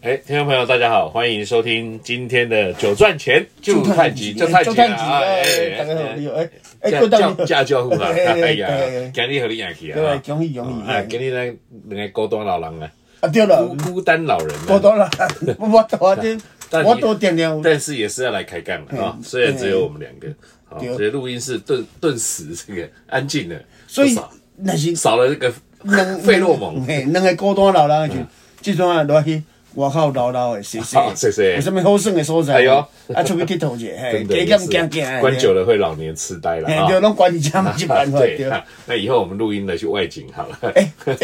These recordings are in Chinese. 哎，听众朋友，大家好，欢迎收听今天的《九赚钱就太急》，就太就急太了急啊！哎哎，大家好，你好，哎哎，哎，各叫位叫叫叫呼啦！ 哎哎哎呀哎哎，今日和你硬去各位啊！恭喜恭喜，啊，今日咱两个孤单老人啊，啊对了孤，孤单老人我啊，多了， 我多这 但你我多点点，但是也是要来开干了啊！嗯虽然只有我们两个，好，对所以录音室顿顿时这个安静了，所以嗯不少那是少了这个 两费洛蒙，嗯嘿，两个孤单老人就即阵啊落去外口绕绕的，谢好谢谢谢有什么好耍的所在？啊哎呦啊出去佚佗者，嘿， 真的加也是减行行，关久了会老年痴呆了嘿，啊！对，拢关起 嘛，就办法对对。啊，那以后我们录音了去外景好了。哎，哎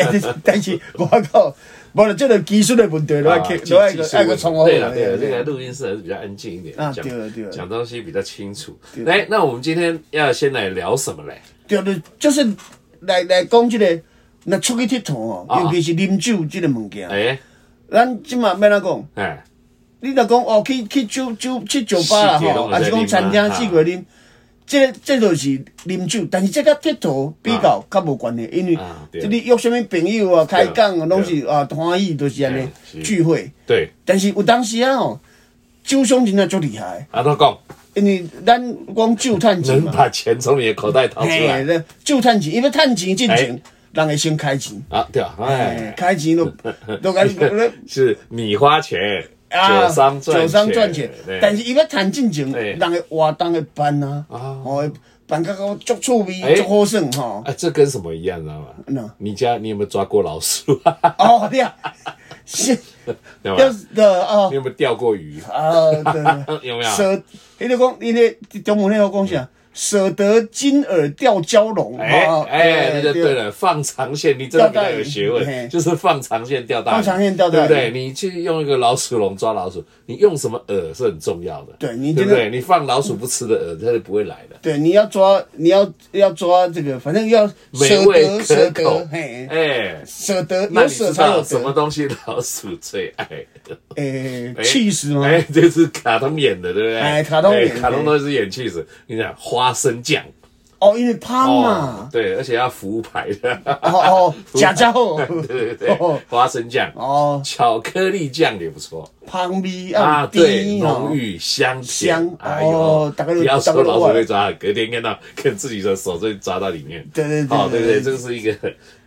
但是我讲，无了，这个技术的问啊题，落去落去啊爱个创好对了对了，这个对录音室还是比较安静一点，啊讲对了对了讲东西比较清楚。对来，那我们今天要先来聊什么嘞？对对，就是来来讲这个，若出去佚佗哦，啊尤其是啉酒这个物件，哎咱即嘛要怎讲？哎，你若讲哦，去去酒酒去酒吧啦四季吼，拢有还在是讲餐啉厅啊四季啉，这这就是啉酒，但是这甲佚佗比较较无关系，因为啊对这你约什么朋友啊、开讲啊，对拢是啊欢喜，就是安嗯尼是聚会。对，但是有当时啊吼，酒商真正足厉害，阿东讲因为咱讲酒趁钱能嘛，把钱从你的口袋掏出来嘿，酒趁钱，因为趁钱之前哎，人会先开钱。啊？对啊，哎，哎，开 钱都都甲你是你花钱，啊，酒商赚酒商赚钱，但是是伊要趁进前，对人的活动会办啊，啊哦，办到到足趣哎味、足好耍吼。哎，这跟什么一样，知道吗？那你家你有没有抓过老鼠？ 哈哈哦， 对啊，是，对要吧？是的哦你，有没有钓过鱼？啊，对， 有没有舍，迄个讲，迄个中文迄个讲啥？舍得金耳吊蛟龙，哎哦哎，那就对。了，放长线，你真的比较有学钓大问，鱼嘿就是放长线钓大鱼，放长线钓大对鱼不对？你去用一个老鼠笼抓老鼠，你用什么饵是很重要的，对你对真不的对？你放老鼠不吃的饵，它就不会来的。对，你要抓，你要要抓这个，反正要美舍味得舍可得口，，嘿，哎，舍得那有你知舍才有道什么得。东西老鼠最爱？诶哎，气死吗？哎，这是卡通演的，对不对？哎卡通演的哎卡通都是演气死。你讲花生酱哦哦，因为胖嘛，对，而且要福牌的，哦哦，假家 伙，对对对哦，花生酱哦，巧克力酱也不错。胖咪啊，啊，对，低哦浓，郁香甜，香哎哦呦，大概不要大说概老我鼠会抓，隔天看到 可能自己的手就抓到里面，对对对哦，对不对？对这个是一个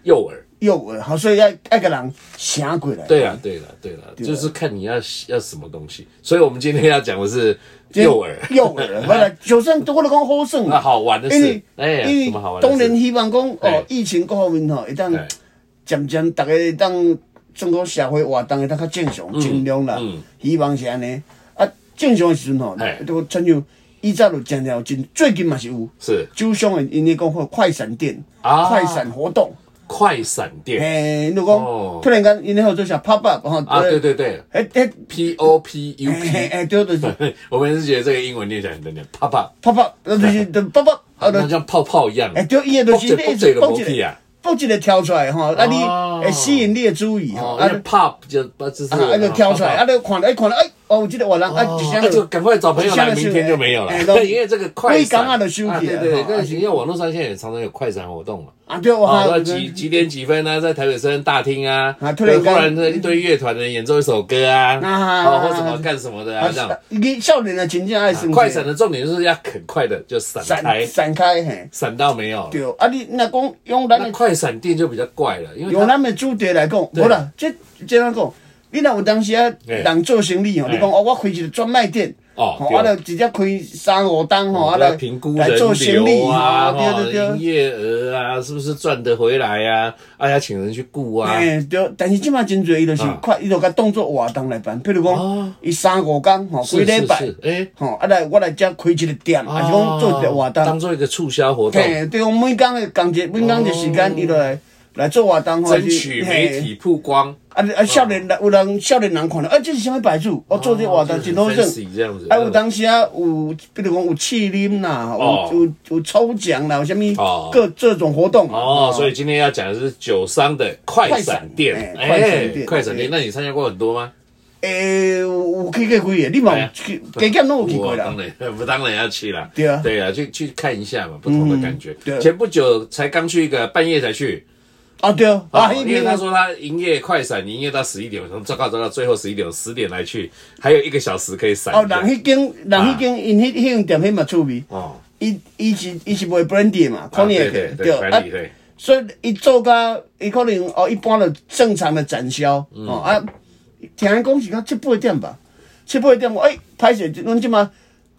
诱饵。诱饵，好，所以要爱个人醒过来。对啊，对了，对了，就是看你要要什么东西。所以我们今天要讲的是诱饵，诱饵，不然就算多了讲好耍 那好玩的嗯因为事，哎，因什为么好玩的当然事？希望讲哎哦，疫情各方面吼，会当哎渐渐大家会当中国社会活动会当较正常，尽量啦嗯，希望是安尼。啊，正常的时阵吼哎，都亲像以前就真了真，最近嘛是有。是酒商的因咧讲快快闪店、啊快闪活动，快闪店嘿，你讲、哦突然间因咧好做啥 pop up 吼，啊，对对对迄迄，P O P U 嘿嘿 P，嘿，对对对 我们是觉得这个英文念起来很难念，啪啪， ，pop up，那就是就 pop up，啊，那就像泡泡一样，哎，对，伊个就是蹦一个蹦一个就没去个啊，蹦一个跳出来吼，啊你哦会吸引你的注意吼，哦，啊那 pop 就不就是啊啊就跳出 pop 来，啊你看到哎看到哎，哦有这个活人啊，哦一那下就赶快找朋友来，一下就明天就没有了哎都。因为这个快归闪港啊就休息了啊对对对，哦但啊是因为网络上现在也常常有快闪活动嘛。啊对，哦，我哈那几几点几分呢？在台北森大厅啊，啊突突然忽然间然一堆乐团的人演奏一首歌啊，啊哦，或什么干什么的啊，这样啊。，你少年的真正爱生快闪的重点就是要很快的就闪开闪，闪开嘿，闪到没有。对，啊你若讲用咱那的快闪店就比较怪了，因为 用它咱们主题来讲，无啦，这这样讲，你若有当时啊，嘿人做生意吼，嘿你讲哦，我开一个专卖店，哦吼对啊，就直接开三五档吼，我啊们要来评估来做人生意流啊，吼对对哦营对，业额啊，是不是赚得回来呀？哎呀，请人去雇啊，哎对，但是即马真侪伊就是啊快，伊就甲当做活动来办，比如哦讲，伊三五工吼，是几礼拜是，是哎，哦吼，啊来我来遮开一个店，还是讲啊做一个活当动，做一个促销活动，嘿，对，讲每工的工作，每工的时间，伊就来来做活动，吼哦争取媒。是嘿体曝光，啊啊！少年人有人少年人看到，啊，这是什么牌子？我做这活动真好哦耍就是很 fancy 这样子。啊，有当时啊，有比如讲有试啉啦，哦有有有抽奖啦，有啥哦物各这种活动。哦，所以今天要讲的是酒商的快闪店，快闪哎快闪店快闪店。对那你参加过很多吗？诶，有有去过几个，你嘛哎呀有去，加减拢有去过我啦当。然，我当然要去啦。对啊嗯对啊，去去看一下嘛，不同的感觉对。啊前不久才刚去一个，半夜才去，啊对哦，啊，因为边他说他营业快闪，营业到十一点，我从糟糕糟糕，最后十一点十点来去，还有一个小时可以闪。哦，人迄间，人迄间，因迄迄间店迄嘛趣味，啊哦，啊伊伊是伊是卖 brandy 的嘛，可能对也对对啊对，反正对，所以伊做甲伊可能哦一般的正常的展销、嗯哦啊，听人讲是讲七八点吧，七八点我哎歹势，阮即马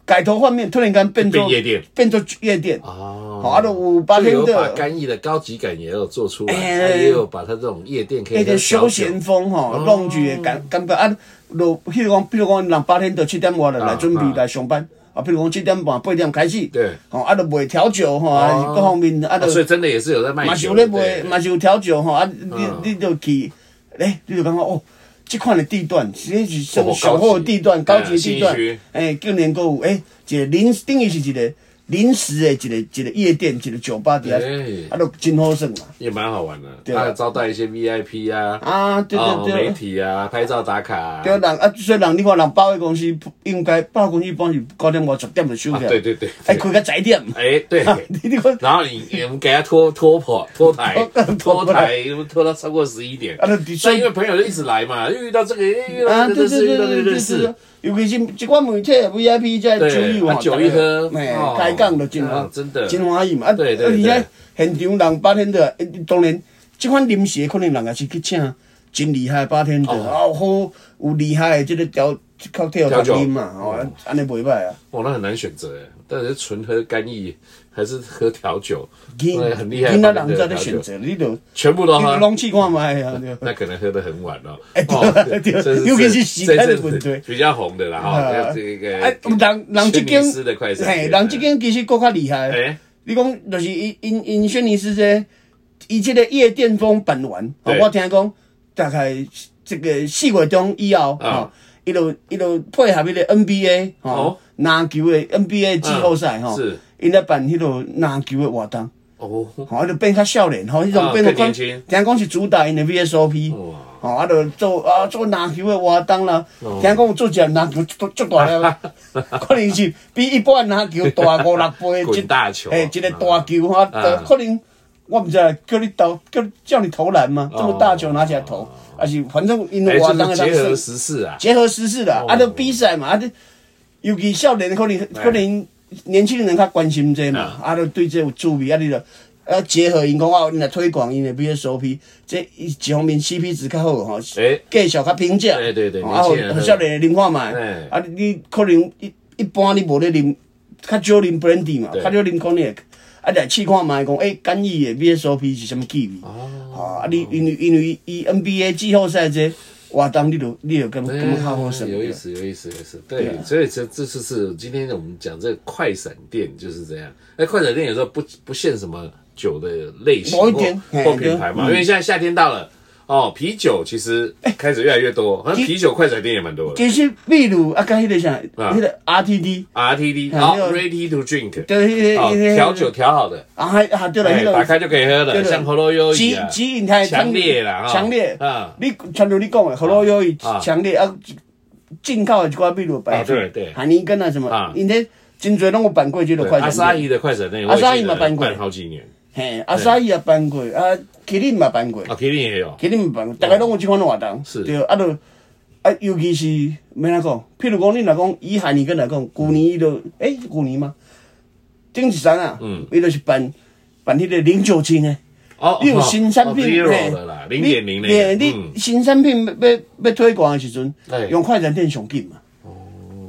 改头换面，突然间变做变夜店，变做夜店，哦，哦，啊，都有八就天有把的。干邑的高级感也有做出来，哎他也有把他这种夜店可以那个跟小哦酒休闲风吼、弄住的感感觉啊，就譬如讲，比如讲，人八点到七点外就来啊准备啊来上班啊，譬如讲七点半八点开始，对吼啊，就卖调酒吼，啊哦各方面啊，哦就所以真的也是有在卖嘛是酒有的，咧卖，对嗯嘛是有调酒吼，啊，你你就去，诶，你就感觉哦，即款的地段，这是算上好的地段，哦高高级的级地段嗯新一哎区，诶，竟然够有诶，一个临等于是一个临时的一个一个夜店，一个酒吧底下对，啊，都真好耍嘛。也蛮好玩的。对啊他有招待一些 VIP 啊，啊对对哦对媒体啊，拍照打卡啊，对，人啊，所以人你看人百货公司应该百货公司一般是九点外十点就收起来，啊对对对还对开到十点。哎，对。 你你看，然后你我们给他拖拖跑拖台拖拖不来台，拖到超过十一点啊那的。确但因为朋友就一直来嘛，又遇到这个，又遇啊，到这个认识，对对对遇到对那个对认对识，，尤其是即款媒体 VIP 在对酒一啊吼，酒一喝嘿哦开讲就真欢啊，真的真欢喜嘛。啊，对对而且对现场人八天的，呃当然即款临时的可能人也是去请真厉害的八天的，哦好有厉害的即个调靠调调酒音嘛，哦，安尼袂歹啊。哇，那很难选择哎，到底是纯喝干邑还是喝调酒？囡对很厉害，囡仔把人那在个咧调选酒，哦择，你就全部都你就喝。拢试看 卖啊。对那可能喝得很晚哦，哎对对 这尤其是这时间的这是问题比较红的啦哈，要哦这个哎，人人即轩间尼诗的快，闪嘿，人即间其实搁较厉害。啊哎你讲就是因因因轩尼诗这，伊即个夜店风办完，哦对我听讲大概这个四月中以后，嗯吼，伊就伊就配合迄个 NBA 吼哦篮球的 NBA 季后赛嗯吼是，因咧办迄个篮球的活动，哦，吼，就变较少年，吼，迄种啊变得更年轻听讲是主打因的 VSOP。哇，哦，啊，就做啊做篮球的活动啦，哦听讲有做一项篮球足足大了， 可能是比一般的篮球大五六 倍，滚一大球嘿，一个大球啊，啊就可能我唔知道叫你投，叫你叫你投篮嘛，这么大球拿起来投，还是反正因哦哎，为活动就是的他结合们时事啊，结合时事啦，啊，哦哎就比赛嘛，啊，就尤其少年可能可能年轻人较关心这嘛，啊，就对这有注意，啊，你就。啊，结合因讲啊，你来推广因的 BSOP，这一一方面 CP 值较好吼，哎介绍较平价，对对对啊，年轻人互少年啉看卖哎，啊，你可能一一般你无咧啉，较少啉 brandy 嘛，较对少啉可能会，啊来试看卖，讲诶，干邑的 VSOP 是啥物气味？哦啊，啊你因为因为伊 NBA 季后赛这活动，你就你就感觉对感觉较好耍，哎啊有意对思，有意思，有意思。啊对，所以这这就是今天我们讲这个快闪店就是这样。那快闪店有时候不不限什么酒的类型某或一点哎嗯嘿或品牌嘛，对因为现在夏天到了。哦，啤酒其实开始越来越多，好像啤酒快闪店也蛮多的。哎其实秘鲁啊，甲迄个啥，啊迄个 RTD， RTD，还好有，Ready to Drink，哎对迄个哦迄个调酒调好的，啊，还啊对了，哎迄打个。开就可以喝对了，对像喉咙优指饮啊，指引太强烈啦哈强烈啊你像如你讲的，好多优伊啊强烈啊，进口的一寡比如白啊对对海尼根啊什么啊，因咧真侪拢有办过这个对快阿闪萨店，伊的快闪店，阿萨我也伊记嘛得办过办好几年，嘿，阿沙伊也办过，啊，麒麟嘛办过，啊，肯定也有，麒麟嘛办过，大家拢有这款活动，是对，啊，就啊，尤其是要哪讲，譬如讲你若讲以海尼根来讲，旧年伊就诶，旧年嘛，顶一层啊，伊就是办办迄个零酒精的。嗯哦，你有新产哦品， ，Zero 的啦，零点零你那个，嗯你新产品要要要推广的时阵哎，用快餐店上紧嘛。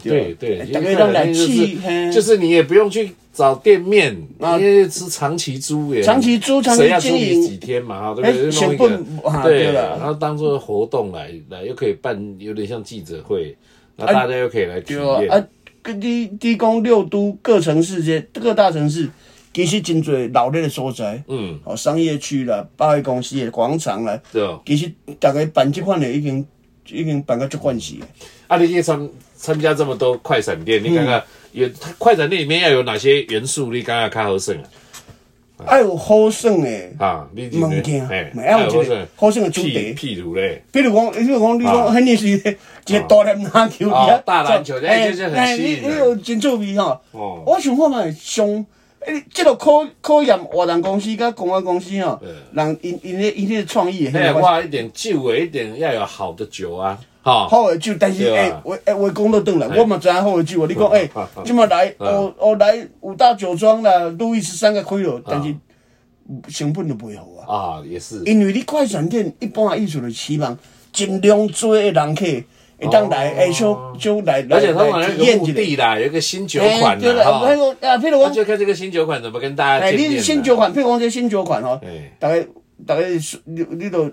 对哎对，大因家为让来就是去，嘿就是你也不用去找店面，啊因为是长期租耶，长期租长期谁要经租你营几天嘛，哈，对哎不对？就弄一成本啊个，对了然后当做活动来来，又可以办，有点像记者会，那大家又可以来体对啊，验，啊，跟你你讲六都各城市这各大城市，其实真侪闹热的所在，嗯，哦，商业区啦、百货公司的广场啦，对哦。其实大家办这款的已经已经办到足惯势的。啊，你可以参参加这么多快闪店，你看嗯看有它快闪店里面要有哪些元素，你刚刚看好胜啊？爱有好耍的啊，你物件，嘛要有一个好耍的主譬题。譬如嘞，比如讲，比如讲，你讲啊肯定是一个一个大篮篮球，哦你啊大篮球走哎这是很吸引你人你有真趣味吼。哦我想看嘛，上诶，即哎个考考验活动公司甲公安公司吼对，人因因迄因迄个创意嗯哎，诶，我哇，一点酒诶，一点要有好的酒啊，哈，好诶酒，但是对啊，诶，话诶话讲到转来，我嘛知影好诶酒啊。你讲诶 即马来啊哦哦来五大酒庄啦，路易十三个开落，但是成本就袂好啊。啊，也是，因为你快闪店一般的意思就是希望尽量做诶人客会当来哦诶，小小来来而且他们有来体一个验目一下。的啦，有一个新酒诶，款对啦，啦，还哈，有啊，譬如那讲。就看这个新酒款怎么跟大家哎，见你面啊是啦。新酒款，譬如讲这新酒款哦吼哎，大概大概你你都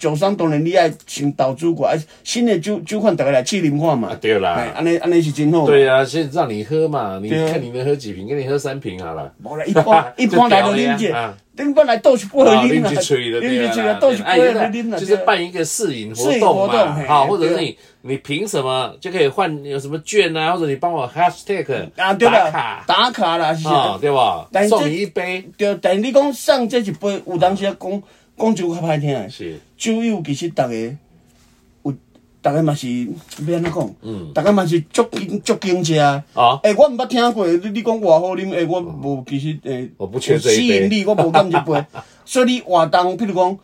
酒商当然你爱先投资过，啊，新的酒酒款大家来试啉看嘛。啊对啦哎安尼安尼是真好。对啊，先让你喝嘛，你对啊看你能喝几瓶，给你喝三瓶好了。无啦，一般一般来都 啉就者调的啊，顶本来倒一杯就啊，啉拎啦，去吹的，对啉一吹啊啊，倒一杯哎就那啉啦，就是对啊办一个试饮活试饮动活嘛动，嘿好，或者是对啊你你凭什么就可以换有什么券啊，或者你帮我 hashtag 啊，对打啦卡，打卡啦，是啊，啊，对吧但？是送这你一杯，对，但是你讲送这一杯，有当时啊讲讲酒较歹听的。是酒友其实逐个有，逐个嘛是要安怎讲？嗯逐个嘛是足经足经济啊。啊诶、我毋捌听过，你你讲偌好啉，诶、我无其实诶，哦我不缺这一吸杯引力我无减一 杯。所以你活动，譬如讲，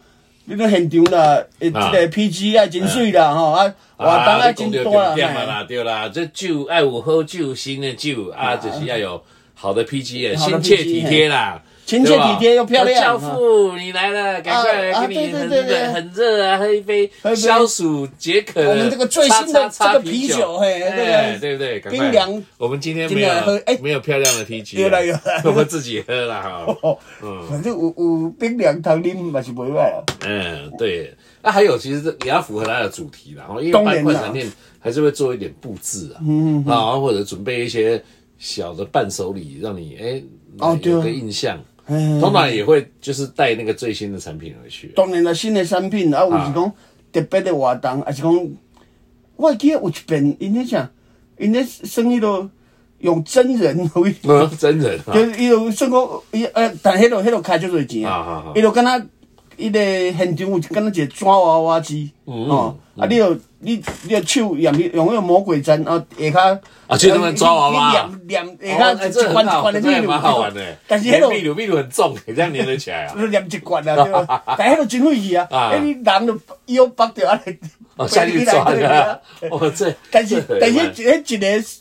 你咧现场啦，诶、啊即个 PG 啊，真水啦，吼啊，活动啊，真你讲大到啦重，点嘛啦，对啦，这酒爱有喝酒，新的酒啊，就是要有好的 PG，好的亲切 PG 体贴啦。亲切体贴又漂亮对吧哦我教父，你来了，赶快啊来，啊给你对很对对热很热啊，喝一杯喝一杯消暑解渴的。我们这个最新的叉叉这个叉啤酒嘿对不对哎对不对？赶快冰凉。我们今天没有今天来喝哎没有漂亮的 PG，有啦有啦 我们自己喝啦 哈。哦，反正有有冰凉通啉嘛是袂歹啊。嗯，对。那还有，其实这也要符合它的主题啦，哦因为当然办快啦闪店还是会做一点布置啊，嗯啊，或者准备一些小的伴手礼，让你哎、哦对啊有个印象。嗯通常也会就是带那个最新的产品回去。当然啦，新的产品，啊，有是讲特别的活动，还是讲，我会记得有一遍，因咧啥，因咧算迄落用真人 为，嗯， 真人啊就，是伊落算讲，伊呃，但迄落迄落开足侪钱啊啊啊伊落敢若伊个现场有敢若一个纸娃娃机，嗯哦，啊，你着你你着手用迄用迄个魔鬼针，啊，下骹啊就那么抓娃娃粘粘哦下哎骹这一很关一好，关的这密还路蛮好玩的。但是迄落连。秘鲁秘鲁很重，这样粘得起 来啊。你念一罐啊，对吧？ 但迄都真费气啊！啊迄你人就腰绑着啊，哦，下去抓的。哦，这 但是这很但是好玩迄一个你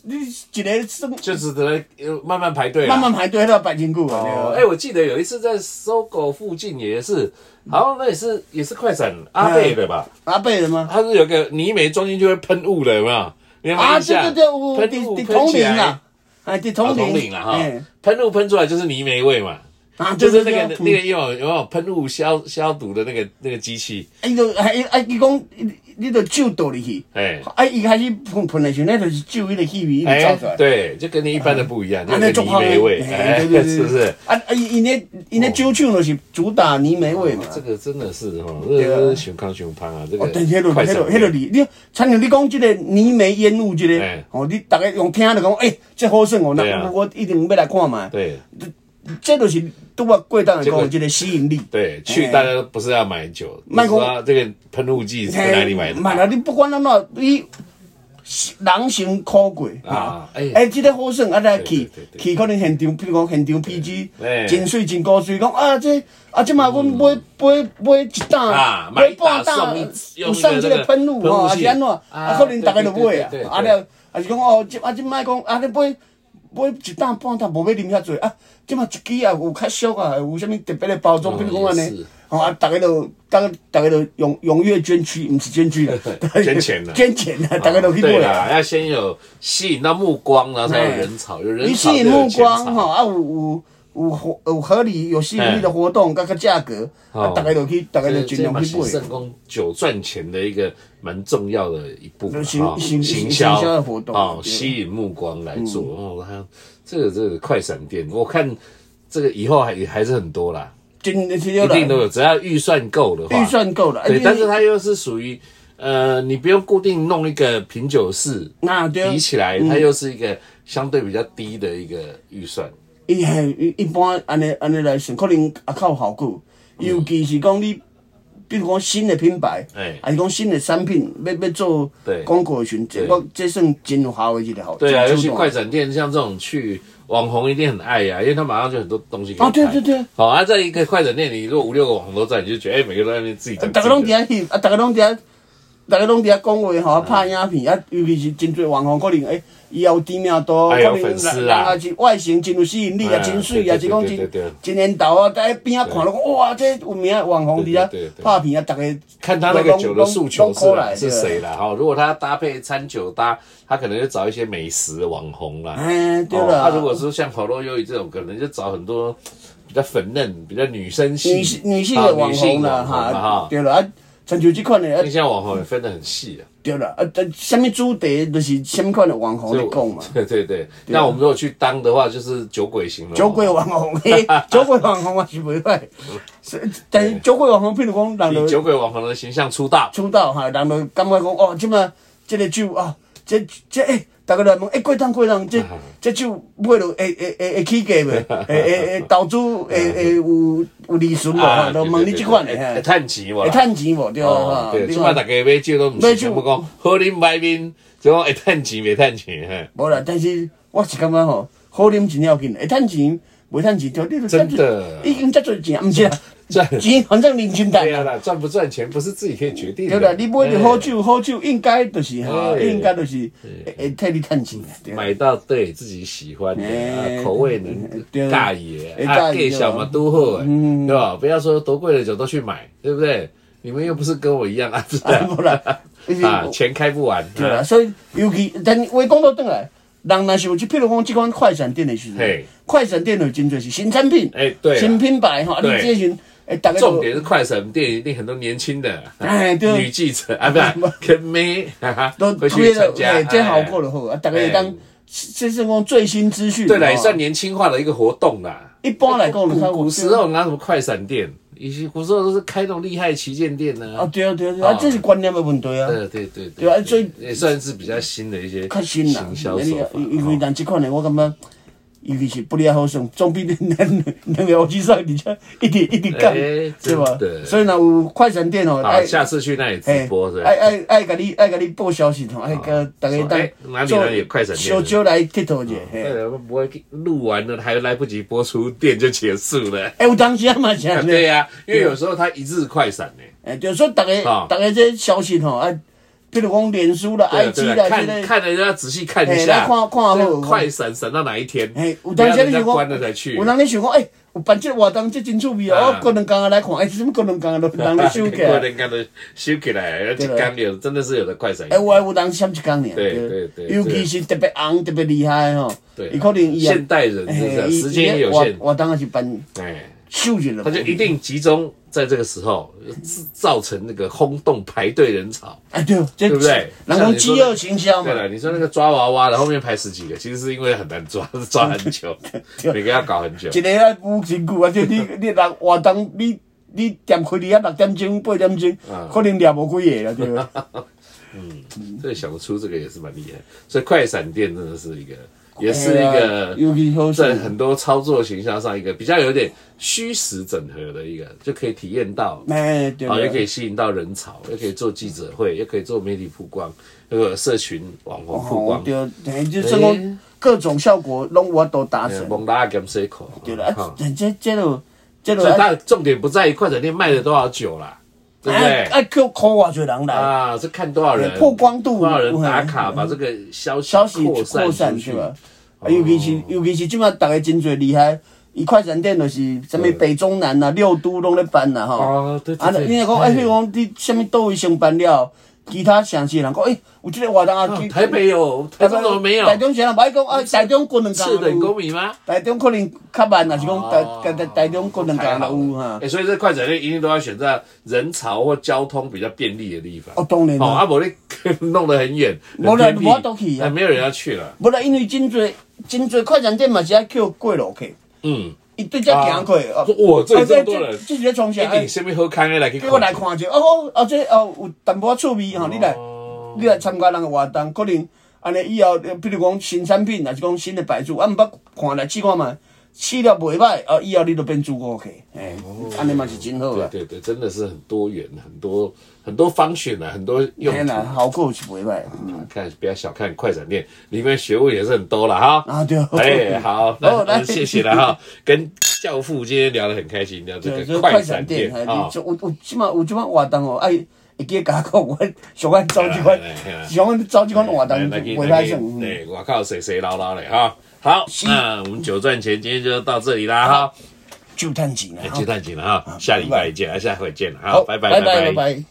一个算就是只能呃慢慢排队啦，慢慢排队，迄个百斤久啊，哦，哎、对吧我记得有一次在搜狗附近也是，好像那也是也是快闪阿贝的吧，阿伯的吗？它是有个泥煤装进去会喷雾的，有没有？你有没有啊，印对象对对，有喷雾伫伫喷统起领来啊，，哎，伫啊统统领领了哈嘿，喷雾喷出来就是泥煤味嘛，啊，就对是对那对，个那个有有有喷雾消消毒的那个那个机器，啊，伊就啊伊啊，伊讲你你着酒倒入去，哎啊，伊开始喷喷的时候，那就是酒迄个气味一直哎走出来，。对，就跟你一般的不一样，就啊，是那足泥好煤味，哎，对对对， 是不是？？哦啊啊，伊伊那伊那酒厂就是主打泥煤味嘛。哎这个真的是哦，对啊这个熊康熊胖啊，这个哦，对，迄落快迄闪落迄落你，你参像你讲即个泥煤烟雾即个哎，哦，你逐个用听就讲，诶，这好耍哦，对那啊我一定要来看嘛。对。这就是拄我过当来讲结果的即个吸引力。对，去哎大家不是要买酒，麦卖克说这个喷雾剂是在哪里买的？哎买了啊你不管安怎，你人行可贵啊哎哎，即个好耍，啊，来去对对对去，可能现场，比如讲现场 PG，哎真水真古水，讲啊，这啊，即嘛，阮买买买一嗯啊打，买一打半送一用有送一个即那个个喷雾喷雾吼，啊器是安怎？啊啊，可能逐个对就对买对对对啊，啊对了，啊是讲哦，即啊即摆讲啊，你买。买一打半打，无要啉遐济啊！即嘛一支也有较俗啊，有啥物特别的包装，哦比如讲安也是，尼，吼啊，逐个都逐个逐个都踊踊跃捐躯，毋是捐躯啦 捐钱啦捐钱啦，大逐个都去买啊对啦啦，。要先有吸引到目光，然后才有哎人潮，有人你潮就吸引有目钱光潮吼，啊有有有合有合理有吸引力的活动，甲个价格，哦啊大家就去，大家就这尽这量嘛去是买。圣公酒赚钱的一个蛮重要的一步嘛，嗯行哈行行行销行销的活动哦，对嗯吸引目光来做哦。他这个这个快闪店，我看这个以后还也还是很多啦，真的是一要定都啦有，只要预算够的话，预算够了，啊对，你但是它又是属于呃，你不用固定弄一个品酒室，啊对啊比起来它又是一个相对比较低的一个预算。伊嗯系一般安尼安尼来算，可能也较有效果。尤其是讲你比如讲新的品牌，哎还是讲新的产品，要要做对广告的时阵，这对我这算真有效的一个好对啊，尤手段其快闪店像这种去网红一定很爱啊呀、因为他马上就很多东西可以哦，对看对。对，好、啊，在一个快闪店里，如果五六个网红都在，你就觉得哎、每个人都在那边自己讲呃大自己家拢的。伫遐翕，啊，大家拢伫遐，大家拢伫遐讲话吼，拍影片，啊，尤其是真侪网红，可能诶，以后知名度，可哎有能粉丝人啊啊是外形真有吸引力哎啊，真水对啊，对是讲对对对对真真缘投啊，在边啊看了讲，哇，这有名的网红伫遐对对对对拍片啊，大家看他那个酒的诉求是啦是谁啦？啦哈、如果他搭配餐酒搭，他可能就找一些美食网红啦。哎，对哦了，他、如果说像烤肉鱿鱼这种，可能就找很多比较粉嫩、比较女生系、女性女性的啊网女红性啦，网红啦哈哈，。对了啊，像就这款的啊那，现在网红也分得很细啊，对了啊，这什么主题就是什么款的网红所以来我讲嘛。啊对对对，那我们如果去当的话，就是酒鬼型了。酒鬼网红， 嘿，酒鬼网红也是袂歹。是但是酒鬼网红，譬如讲，人以就酒鬼网红的形象出道，出道哈，人就感觉讲哦，即马即个酒啊，这这诶，大家来问，诶，过冬过冬，嗯这这酒买落会会会会起价袂？会会会投资会会有有利润无？啊哈，就啊问你即款的，会嘿哎趁钱无会啦？趁钱无？对哦哈，对，你起码看大家买酒都唔买是酒全部讲好啉歹啉，就讲会哎趁钱袂趁钱嘿。无啦，但是我是感觉吼，好啉真要紧，会趁钱，袂趁钱，就你就真的已经遮侪钱，毋是啦，赚钱反正零钱赚对啊啦，赚不赚钱不是自己可以决定的。对啦，你买着好哎酒，好酒应该就是哈，哎应该就是会会替你趁钱的，对啦。买到对自己喜欢的，哎啊口味对能大爷哎啊，介意给哦嗯小嘛都好，对吧？不要说多贵的酒都去买，对不对？你们又不是跟我一样啊，是啊，无啦吧？，啊，钱开不完，对啦，啊所以尤其但话讲到转来，人若是有即，譬如讲即款快闪店的时阵嘿，快闪店有真侪是新产品，哎对啦新品牌吼，啊你对这时阵，哎，大家就重点是快闪店一定很多年轻的，啊哎对女记者啊，不 是跟妹，哈哈都会推去参了，加，哎，这哎效果就好，啊，大家会哎当这是讲最新资讯，对了，也吼算年轻化的一个活动啦。一般来讲，你看古古时候拿什么快闪店，以前古时候都是开那种厉害旗舰店呢、啊，对啊对啊，对啊，哦这是观念的问题啊。对对对对啊所以也算是比较新的一些较新啦啊行，销手法。哦因为但即款的我感觉，尤其是不哩好算，总 比恁咱两个学生而且一直一直讲，哎对吧真？的所以若有快闪店哦，哦好，下次去那里哎直播是吧啊爱？爱爱甲你爱甲你报消息吼，爱甲大家说哎哪当里哪里有快闪啊店小招来佚佗者，对嘿。了，会不会录完了还来不及播出，店就结束 了。哎，有当时啊嘛是安尼，对呀、因为有时候它一日快闪呢、哎，就说大家啊大家这消息吼，啊，比如讲脸书啦、对啊 IG 对啦啊这看类，看人家仔细看一哎下，来看看好这个看快闪闪到哪一天？哎，有当时人你家想关了才讲，去。有人咧想讲，哎，有办这个活动，这真趣味哦，啊我过两工啊来看，哎，什么过两工啊，人咧 收起过来。人家都收起来，一对啦干有真的是有的快闪。哎，我有人闪一工尔，对对对啊尤其是特别红、特别厉害的吼，对啊伊可能伊也现代人是这嘿样，伊时间也有伊限，我我当然是办哎，秀一了，他就一定集中在这个时候，制造成那个轰动排队人潮。哎对，对对不对人像讲你说饥饿营销嘛对，了，你说那个抓娃娃的后面排十几个，其实是因为很难抓， 是抓很 久，啊每个要搞很久。一个啊舞真久，啊，即你 你人活动你。你店开你啊六点钟八点钟，啊可能抓无几个啦，对吧？所以想出这个也是蛮厉害。所以快闪店真的是一个， 也是一哎呀个尤其好在像很多操作形象上一个比较有点虚实整合的一个，就可以体验到。哎，对好，又可对以吸引到人潮，又可以做记者会，又可以做媒体曝光，又有社群网红曝哦光，，对，哎，就算讲哎各种效果拢我都达成，蒙拉跟 C 口，对了，啊哈，这这这就这就所以啊它的重点不在于快餐店卖了多少酒啦，对不哎对？哎，扣扣偌侪人来，啊，是看多少人曝光度多少人打卡，嗯把这个消息消息扩扩散散出是去。哦吧？啊尤其是尤其是即马逐个真侪厉害，伊快闪店就是啥物北中南啊、六都拢咧办啦吼。哦对对啊，对你若讲哎，譬如讲你啥物倒位先办了，其他城市的人讲哎，有即个活动啊，啊去台北有，台中怎么没有台？中啥人歹讲啊，台中过两次等工公。民吗？台中可能较慢，若是讲哦台台台中过两太好工有了哈哎，。所以这快闪店一定都要选在人潮或交通比较便利的地方。哦当然啦哦，阿伯你弄得很远，很没偏人僻没得去啊哎没有人要去了。无啦，因为真侪真侪快闪店嘛是爱叫过路客，嗯，伊对遮行过。哦说哇，这啊里这么多这人，这是咧创一啥？哎定下面好康的来去叫我来看者，哦哦哦，这哦有淡薄仔趣味吼，你来，哦你来参加人的活动，可能安尼以后，呃比如讲新产品，还是讲新的牌子，啊，毋捌看来试看嘛，试了袂歹，啊，以后你就变主顾客，哎、安尼嘛是真好哦啦。啊对对，真的是很多元，很多很多方选啊，很多用天途。啦，好过是袂歹。看，嗯不要小看快闪店，里面学问也是很多了哈。啊对哎，好，那哦来那谢谢了 哈。跟教父今天聊得很开心，聊这对，个就快快闪闪店店，啊哎，你。就有有即马有即马活动哦，哎，会记甲我讲，我上爱走即款哎哎哎哎，哎上爱走即款活动来去袂来歹去算。嗯对，我靠，谁谁唠唠嘞哈。好，那我们九赚钱今天就到这里啦哈，就趁钱啦。啊哎就赚钱了哈，下礼拜见，下回见了哈，好，拜拜拜拜。